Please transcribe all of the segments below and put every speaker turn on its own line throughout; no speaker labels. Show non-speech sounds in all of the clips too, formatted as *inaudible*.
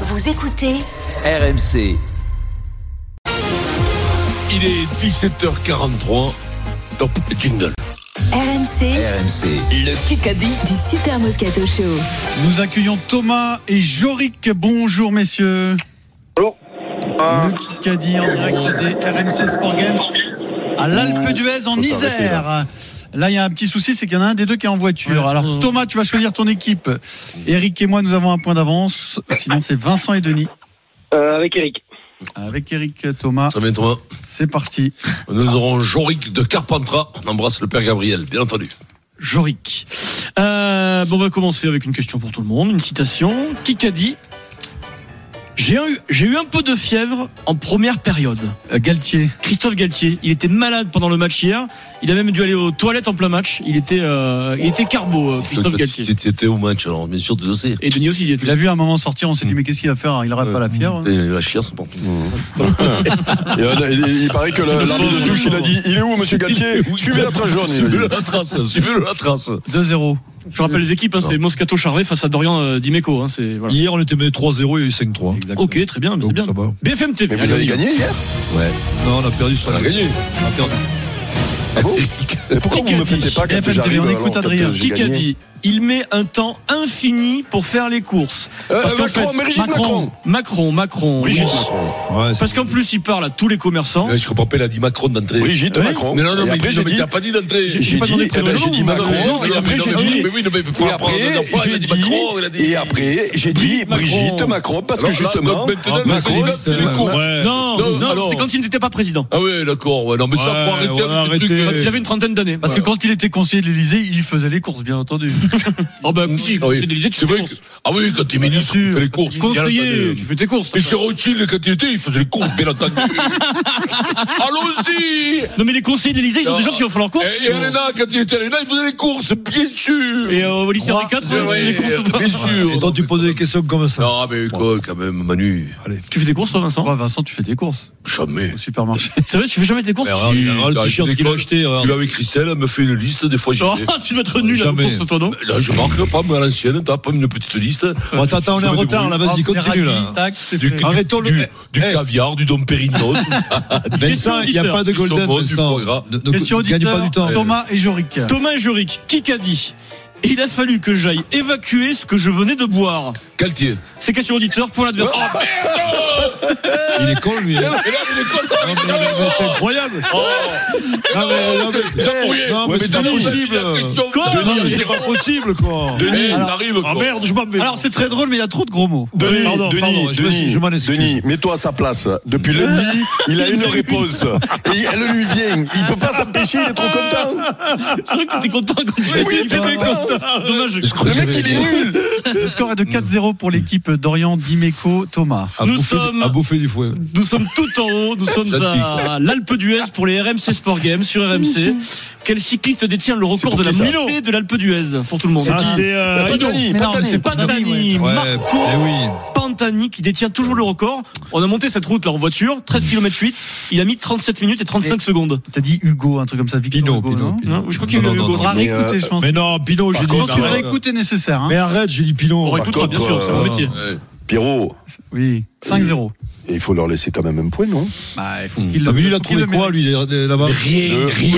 Vous écoutez
RMC.
Il est 17h43. Top jingle.
RMC
RMC. Le Kikadi.
du Super Moscato Show.
Nous accueillons Thomas et Joric. Bonjour messieurs.
Bonjour. Euh,
Le Kikadi en direct des RMC Sport Games à l'Alpe d'Huez en Isère. Là, il y a un petit souci, c'est qu'il y en a un des deux qui est en voiture. Alors Thomas, tu vas choisir ton équipe. Eric et moi, nous avons un point d'avance. Sinon, c'est Vincent et Denis.
Euh, avec Eric.
Avec Eric, Thomas,
Ça va être moi.
c'est parti.
Nous aurons Joric de Carpentras. On embrasse le père Gabriel, bien entendu.
Joric. Euh, bon, on va commencer avec une question pour tout le monde, une citation. Kikadi. J'ai eu, j'ai eu un peu de fièvre en première période.
Euh, Galtier,
Christophe Galtier, il était malade pendant le match hier. Il a même dû aller aux toilettes en plein match. Il était, euh, il était carbo, euh, Christophe Galtier.
C'était au match, alors bien sûr, tu le sais.
Et Denis aussi, il
tu
était là.
l'as vu à un moment sortir, on s'est dit mais qu'est-ce qu'il va faire Il aura pas la fièvre. hein.
T'es La chier, c'est pour
Mmh.
*laughs*
Et, euh, il, il paraît que le- l'arbitre de touche, il a dit Il est où, monsieur Galtier Suivez la trace jaune. il a dit.
Suivez la trace, suivez la trace.
2-0.
Je rappelle les équipes, hein, c'est Moscato Charvet face à Dorian euh, Dimeco. hein, c'est, voilà.
Hier, on était mené 3-0, il y a eu 5-3.
Ok, très bien, mais c'est
Donc,
bien.
ça va.
BFM TV.
Mais vous avez gagné hier
Non, on a perdu sur
On a gagné.
On a perdu.
Ah bon Et Pourquoi vous me
Kikadi.
fêtez pas quand
FMTV,
j'arrive
on
alors,
écoute
quand,
Adrien.
euh, j'ai gagné
Kikadi, il met un temps infini pour faire les courses.
Euh,
Parce qu'en
Macron,
fait,
Brigitte Macron
Macron, Macron.
Brigitte
oui.
Macron.
Ouais, c'est-
Parce qu'en plus, il parle à tous les commerçants.
Je comprends pas, il a dit Macron d'entrée.
Brigitte
Oui.
Macron.
Mais non, non,
Et
mais
après,
non,
j'ai
mais
dit.
t'as pas dit d'entrée.
J'ai-
J'ai
pas
dit,
demandé
eh ben,
prénom,
j'ai dit
non,
Macron,
non,
et
non,
après
mais
j'ai
non,
dit,
Mais oui, non, mais il peut
et
pas apprendre
après,
deux fois, il a
j'ai
dit
dit,
Macron, il a dit-
et après, j'ai dit
Brigitte Macron.
Brigitte Macron, parce que
Alors là,
justement,
donc, maintenant,
ah, Macron,
Macron,
c'est-
le con.
Ouais.
Non,
Non,
non,
alors-
c'est quand il n'était pas président.
Ah ouais, d'accord, ouais, non, mais ça,
Ouais,
faut arrêter
on a
avec hein. ce truc.
arrêté.
Quand il avait une trentaine d'années.
Parce que quand il était conseiller de l'Elysée, il faisait les courses, bien
*laughs*
entendu.
Oh bah, si,
Ah oui.
c'est délisé, tu
C'est
fais
vrai
tes
que-
courses.
Ah oui, quand t'es ministre, tu fais les courses.
Conseiller, tu fais tes courses.
Et chez Rothschild, quand il était, il faisait les courses, bien
*laughs*
entendu. Allons-y
Non, mais les conseillers de l'Élysée, ils ont
Non.
des gens qui vont faire leurs courses.
Et, et Elena, quand il était à Elena, il faisait les courses, bien sûr
Et euh, au lycée Henri IV,
C'est
ils faisaient
vrai,
les courses.
bien sûr
Et donc, tu poses des questions comme ça.
Non, mais quoi, quand même, Manu
Tu fais tes courses, toi, Vincent
Toi, Vincent, tu fais tes courses
Jamais
au supermarché.
Sérieux, tu fais jamais tes courses
Mais
Si,
il a
alors,
arrêté
le t-shirt
d'école,
qu'il Ah, a acheté, hein.
Tu
alors.
vas avec Christelle, elle me fait une liste, des fois j'y
Oh,
vais.
tu vas être nul à
Jamais.
la course, toi, non
Là, je marque pas, mais à l'ancienne, t'as pas une petite liste.
Bon, attends, attends, on est en
Je me
retard, là, vas-y,
Hop,
continue,
Ferrari,
là.
tac, c'est
Du,
fait.
du-
Arrêtons le-
du, du
Eh.
caviar, du Dom Pérignon, tout ça.
Vincent, il n'y a
auditeur.
pas de
Du
golden,
saumon, du
Vincent.
foie gras.
Ne- ne-
Question
gagne
auditeur,
pas du temps.
Thomas et Joric.
Thomas et Joric, qui qu'a dit Il a fallu que j'aille évacuer ce que je venais de boire.
Galtier.
C'est question auditeur pour
Oh,
l'adversaire.
Il est con, lui. hein.
Et là, il est content.
Non, mais- mais C'est incroyable. Non, mais- non, mais-
Ça pourrait.
Non, mais
Ouais,
c'est
mais
pas
Denis,
possible.
la question-
Quoi
Denis,
Denis,
c'est-
c'est pas possible, quoi.
Denis, j'arrive,
Ah
quoi.
merde, je m'en vais.
Alors c'est très drôle, mais il y a trop de gros mots.
Denis,
Pardon,
Denis,
pardon, je me-
Denis,
je m'en excuse.
Denis, mets-toi à sa place. Depuis lundi, il a une réponse. Et elle lui vient. Il peut pas s'empêcher, il est trop content.
C'est vrai que t'étais content quand tu l'as
Ah. Oui,
dit.
t'étais content.
Dommage.
Le mec, il est nul.
Le score est de 4-0 pour l'équipe d'Orient, Dimeco, Thomas.
À
Nous
bouffer-
sommes-
À bouffer du fouet.
Nous sommes tout en haut, nous sommes à l'Alpe d'Huez pour les RMC Sport Games sur RMC.
Mm-hmm.
Quel cycliste détient le record de la montée de l'alpe d'Huez pour tout le monde
Ah, c'est. euh,
Mais non,
Patani,
mais
Patani.
c'est pas
Pantani,
Ouais,
Marco
eh oui.
Pantani qui détient toujours le record. On a monté cette route là en voiture, 13 km 8, il a mis 37 minutes et 35 secondes.
T'as dit Hugo, un truc comme ça. Victor
Pinot,
Hugo,
Pinot,
non
Pinot.
Non, je crois qu'il y a
Non,
eu
non,
Hugo
non,
Faudra
Mais,
réécouter,
euh,
je pense.
Mais non, Pinot, j'ai
Je
dit.
pense que
contre,
le
euh,
réécoute est nécessaire. Hein.
Mais arrête, j'ai dit Pinot.
On réécoutera bien
contre,
sûr, c'est mon
euh,
métier.
Ouais.
Pirot,
Oui, 5-0.
il faut leur laisser quand même un point, non
Bah, il faut qu'il
Ah, mais lui, il a
faut qu'il
trouvé
le
quoi, lui, là-bas
Rien,
Le-
rien.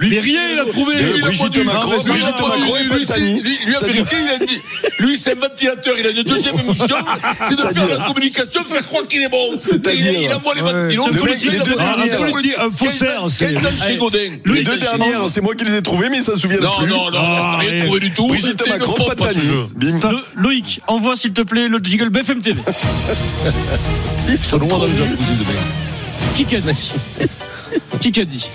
Lui,
Mais rien, il a Ah, trouvé.
Lui,
Le
il a
euh, Brigitte
vendu-
Macron,
Non, mais
Brigitte
il a vendu-
Macron et
lui, c'est-
Paltani.
lui, lui, en
C'est-à-dire-
vérité, il a dit, lui, c'est un ventilateur. Il a une deuxième mission, c'est de faire
C'est-à-dire-
la communication, faire croire qu'il est bon.
C'est-à-dire-
Il- Il envoie les
Ouais,
ventilos.
c'est
il
un
politique,
politique,
il envoie
un
les
politique,
ventilos.
un faussaire,
Quinze-
c'est-
quinze ans chez Godin.
Les deux dernières, c'est moi qui les ai trouvées, mais ils s'en souviennent
Non,
plus.
non, non, on n'a rien trouvé du tout.
Brigitte
C'était une
Macron,
pompe à ce
Patani.
jeu.
Bim.
Le- Loïc, envoie s'il te plaît le jingle BFM TV.
Ils sont
Loin dans
trop
le
nuls.
jacuzzi demain.
Qui qu'a
*laughs*
dit Qui qu'a dit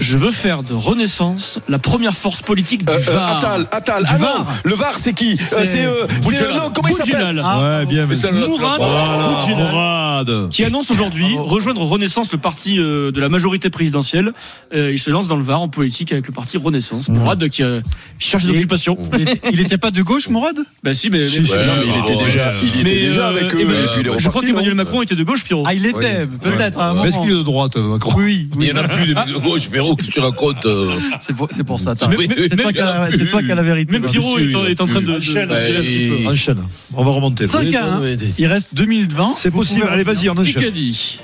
Je veux faire de Renaissance la première force politique du
Euh, euh,
Var.
Attal, Attal. Ah non, le VAR, c'est qui Euh, C'est. euh, c'est, euh,
Boudjelal.
Non, comment il s'appelle
Boudjelal.
Ah,
Ouais, bien, mais
Et ça,
Mourad
là,
Boudjelal.
malade.
qui annonce aujourd'hui rejoindre Renaissance, le parti euh, de la majorité présidentielle. Euh, il se lance dans le Var en politique avec le parti Renaissance. Mourad qui, euh, qui cherche des occupations.
Il était- Il n'était pas de gauche, Mourad
*laughs* Bah si, mais.
Si, si.
Ouais,
Ouais,
mais il
bah,
était
ouais.
déjà, il était
Mais,
déjà
euh,
avec eux.
Emmanuel-
et puis il est
je crois
reparti,
qu'Emmanuel
non
Macron était de gauche, Pierrot.
Ah, il l'était, peut-être, à un
Mais est-ce
moment.
qu'il est de droite,
euh,
Macron
Oui,
Il
oui.
n'y en a plus les de gauche, Véro, qu'est-ce que tu racontes euh
c'est pour, c'est pour ça. t'as-
Mais-
Oui,
C'est toi
mais
qui as la-
il y en a
c'est toi
plus.
qui as la vérité.
Même
quoi.
Pierrot est, en- est en train de. de-
Enchaîne,
de- hein.
enchaîne.
petit peu.
Enchaîne. On va remonter. là.
5 à 1. Il reste 2 minutes 20.
C'est possible. Allez, vas-y, on enchaîne.
Picardie.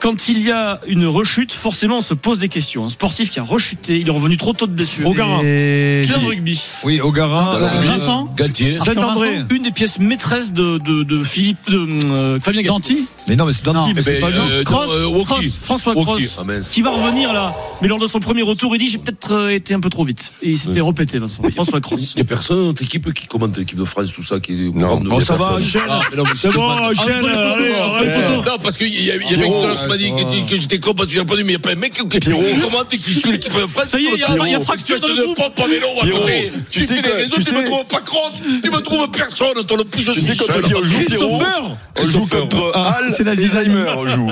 Quand il y a une rechute, forcément, on se pose des questions. Un sportif qui a rechuté, il est revenu trop tôt de blessure.
Rogarin.
Et- Club
Vincent.
rugby.
Oui, Ogara.
Ah, Vincent
Galtier.
Saint-André.
Une des pièces maîtresses de, de, de Philippe, de euh, Fabien Galtier.
Danti
Mais non, mais c'est
Non.
Danti, mais
Eh
c'est
ben,
pas nous.
euh,
Cross,
non, euh, Woki.
Cross, François
Woki.
Cross,
Ah, mince.
qui va revenir là. Mais lors de son premier retour, il dit j'ai peut-être euh, été un peu trop vite. Et il s'était repété, Vincent. François Cross.
*laughs* Il n'y a personne dans notre équipe qui commente l'équipe de France, tout ça. Qui est au
Non,
courant de-
bon,
Il y a
ça va,
personne.
enchaîne.
Ah, mais non, mais
C'est bon, enchaîne. Allez, arrête, Toto.
Non, parce qu'il y a, il y a un mec
Pierrot,
de l'autre qui m'a dit
ouais,
que- que, j'étais con parce que j'ai pas dit, mais il n'y a pas un mec qui, qui commente et qui suit l'équipe de France.
Ça y est, il y a- il y a fracture dans le
de
groupe.
pompe à vélo à
Pierrot,
côté.
tu sais
fais
que-
les réseaux,
tu
tu me
sais-
trouves pas cross, tu me trouves personne, ton le plus je
Tu
suis
sais, quand
seul.
on dit on joue, Pierrot,
Christopher
on joue
Christopher.
contre Al
c'est la
et Alzheimer, on joue.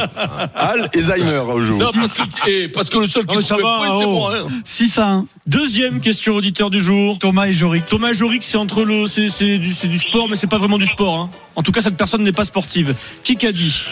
Al et Alzheimer, on joue.
Non, parce que, eh, parce que le seul qui
Ah,
me
ça
trouve
va,
un point, c'est
oh.
moi. hein.
6 à 1.
Deuxième question auditeur du jour.
Thomas et Jorik.
Thomas Joric, c'est entre le, c'est, c'est du, c'est du sport, mais c'est pas vraiment du sport. hein. En tout cas, cette personne n'est pas sportive. Qui qu'a dit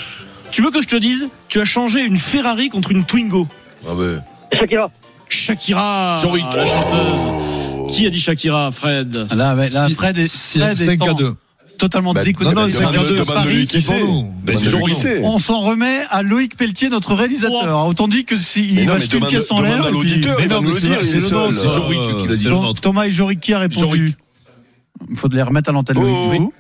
Tu veux que je te dise Tu as changé une Ferrari contre une Twingo.
Ah ouais.
Shakira.
Shakira,
Joric.
la chanteuse. Qui a dit Shakira, Fred
Là, ouais, là
Si-
Fred est,
si-
Fred est
5 à
en-
2.
totalement
Bah,
déconnecté.
non, non,
Cinq à
demande-
deux,
demande
Paris,
lui
c'est
qui sait.
pour nous.
Ben, c'est Jean qui sait.
On s'en remet à Loïc Pelletier, notre réalisateur. Autant dit que
Mais
s'il
non,
va
mais
jeter une
demande-
pièce en
demande
l'air.
à
et puis-
l'auditeur,
Mais
il va
non,
nous
mais
le
c'est-
dire, il
c'est
est
le nom,
seul.
ça.
Jean-Ric qui l'a dit.
Donc, Thomas et Jorik qui a répondu.
Jean-Ric.
Il faut de les remettre à l'antenne, Loïc.
Oh.
du coup.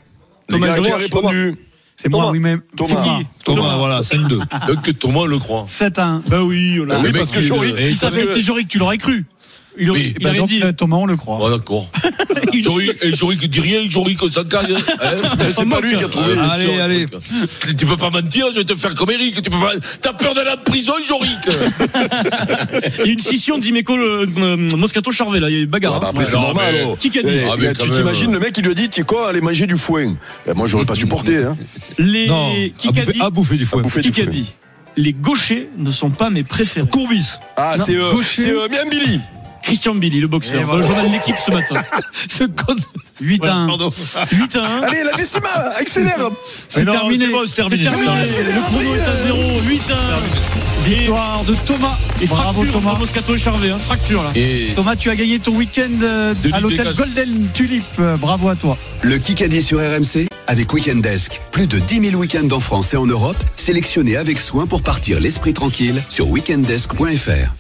Les
Thomas
gars, qui a
Joric,
répondu
C'est moi,
Thomas.
oui, mais.
Thomas.
C'est qui
Thomas, voilà, 5-2.
Donc Euh, que Thomas le croit.
7 à 1.
Bah oui, on l'a.
Ah
Le
Oui,
mec
parce
qui
que
est le-
Jorik,
Si ça
parce
avait
que-
été Jorik, tu l'aurais cru.
Il aurait,
Oui,
il
Bah
aurait
donc,
dit.
euh, Thomas, on le croit.
*laughs*
Ah d'accord.
il-
Jory, et Jory qui dit rien, Jory qu'on s'en caille. hein.
*laughs*
Hein
c'est pas lui qui a trouvé.
Bien
Allez,
sûr,
allez.
Tu peux pas mentir, je vais te faire comme Eric. Tu peux pas. T'as peur d'aller en prison, Jory
*laughs*
Il y a une scission d'Imeco le- euh, Moscato Charvet là, il y a eu bagarre. hein.
Ah bah après,
Ouais,
c'est
non,
normal.
mais-
oh.
Qui qu'a dit
Eh,
Ah, mais
là,
quand
Tu
même,
t'imagines,
euh.
le mec, il lui a dit, tu sais quoi, allez manger du foin. Eh, Moi, j'aurais pas supporté. hein.
Les
Non,
Ah,
qui
à
qu'a
bouffer-
dit
à bouffer du foin.
bouffer
Qui
du
qu'a
foin.
dit Les gauchers ne sont pas mes préférés. Courbis,
Ah, c'est eux.
gaucher.
C'est eux. Miam Billy.
Christian Billy, le boxeur,
Et
dans
voilà.
le journal de l'équipe ce matin. ce code
8 à 1.
8 à 1.
Allez, la décima, accélère.
C'est
non,
terminé.
c'est bon, c'est terminé.
Mais non, c'est
Le chrono est à 0, 8 à 1. Et,
Victoire de Thomas.
et
Bravo,
fracture
Thomas.
entre Moscato et Charvet, hein, fracture là.
Et
Thomas, tu as gagné ton week-end euh,
De
à l'hôtel
Ligue des
Golden Tulip. Euh, Bravo à toi.
Le Kikadi sur RMC avec Weekend Desk. Plus de 10 000 week-ends en France et en Europe, sélectionnés avec soin pour partir l'esprit tranquille sur weekendesk.fr.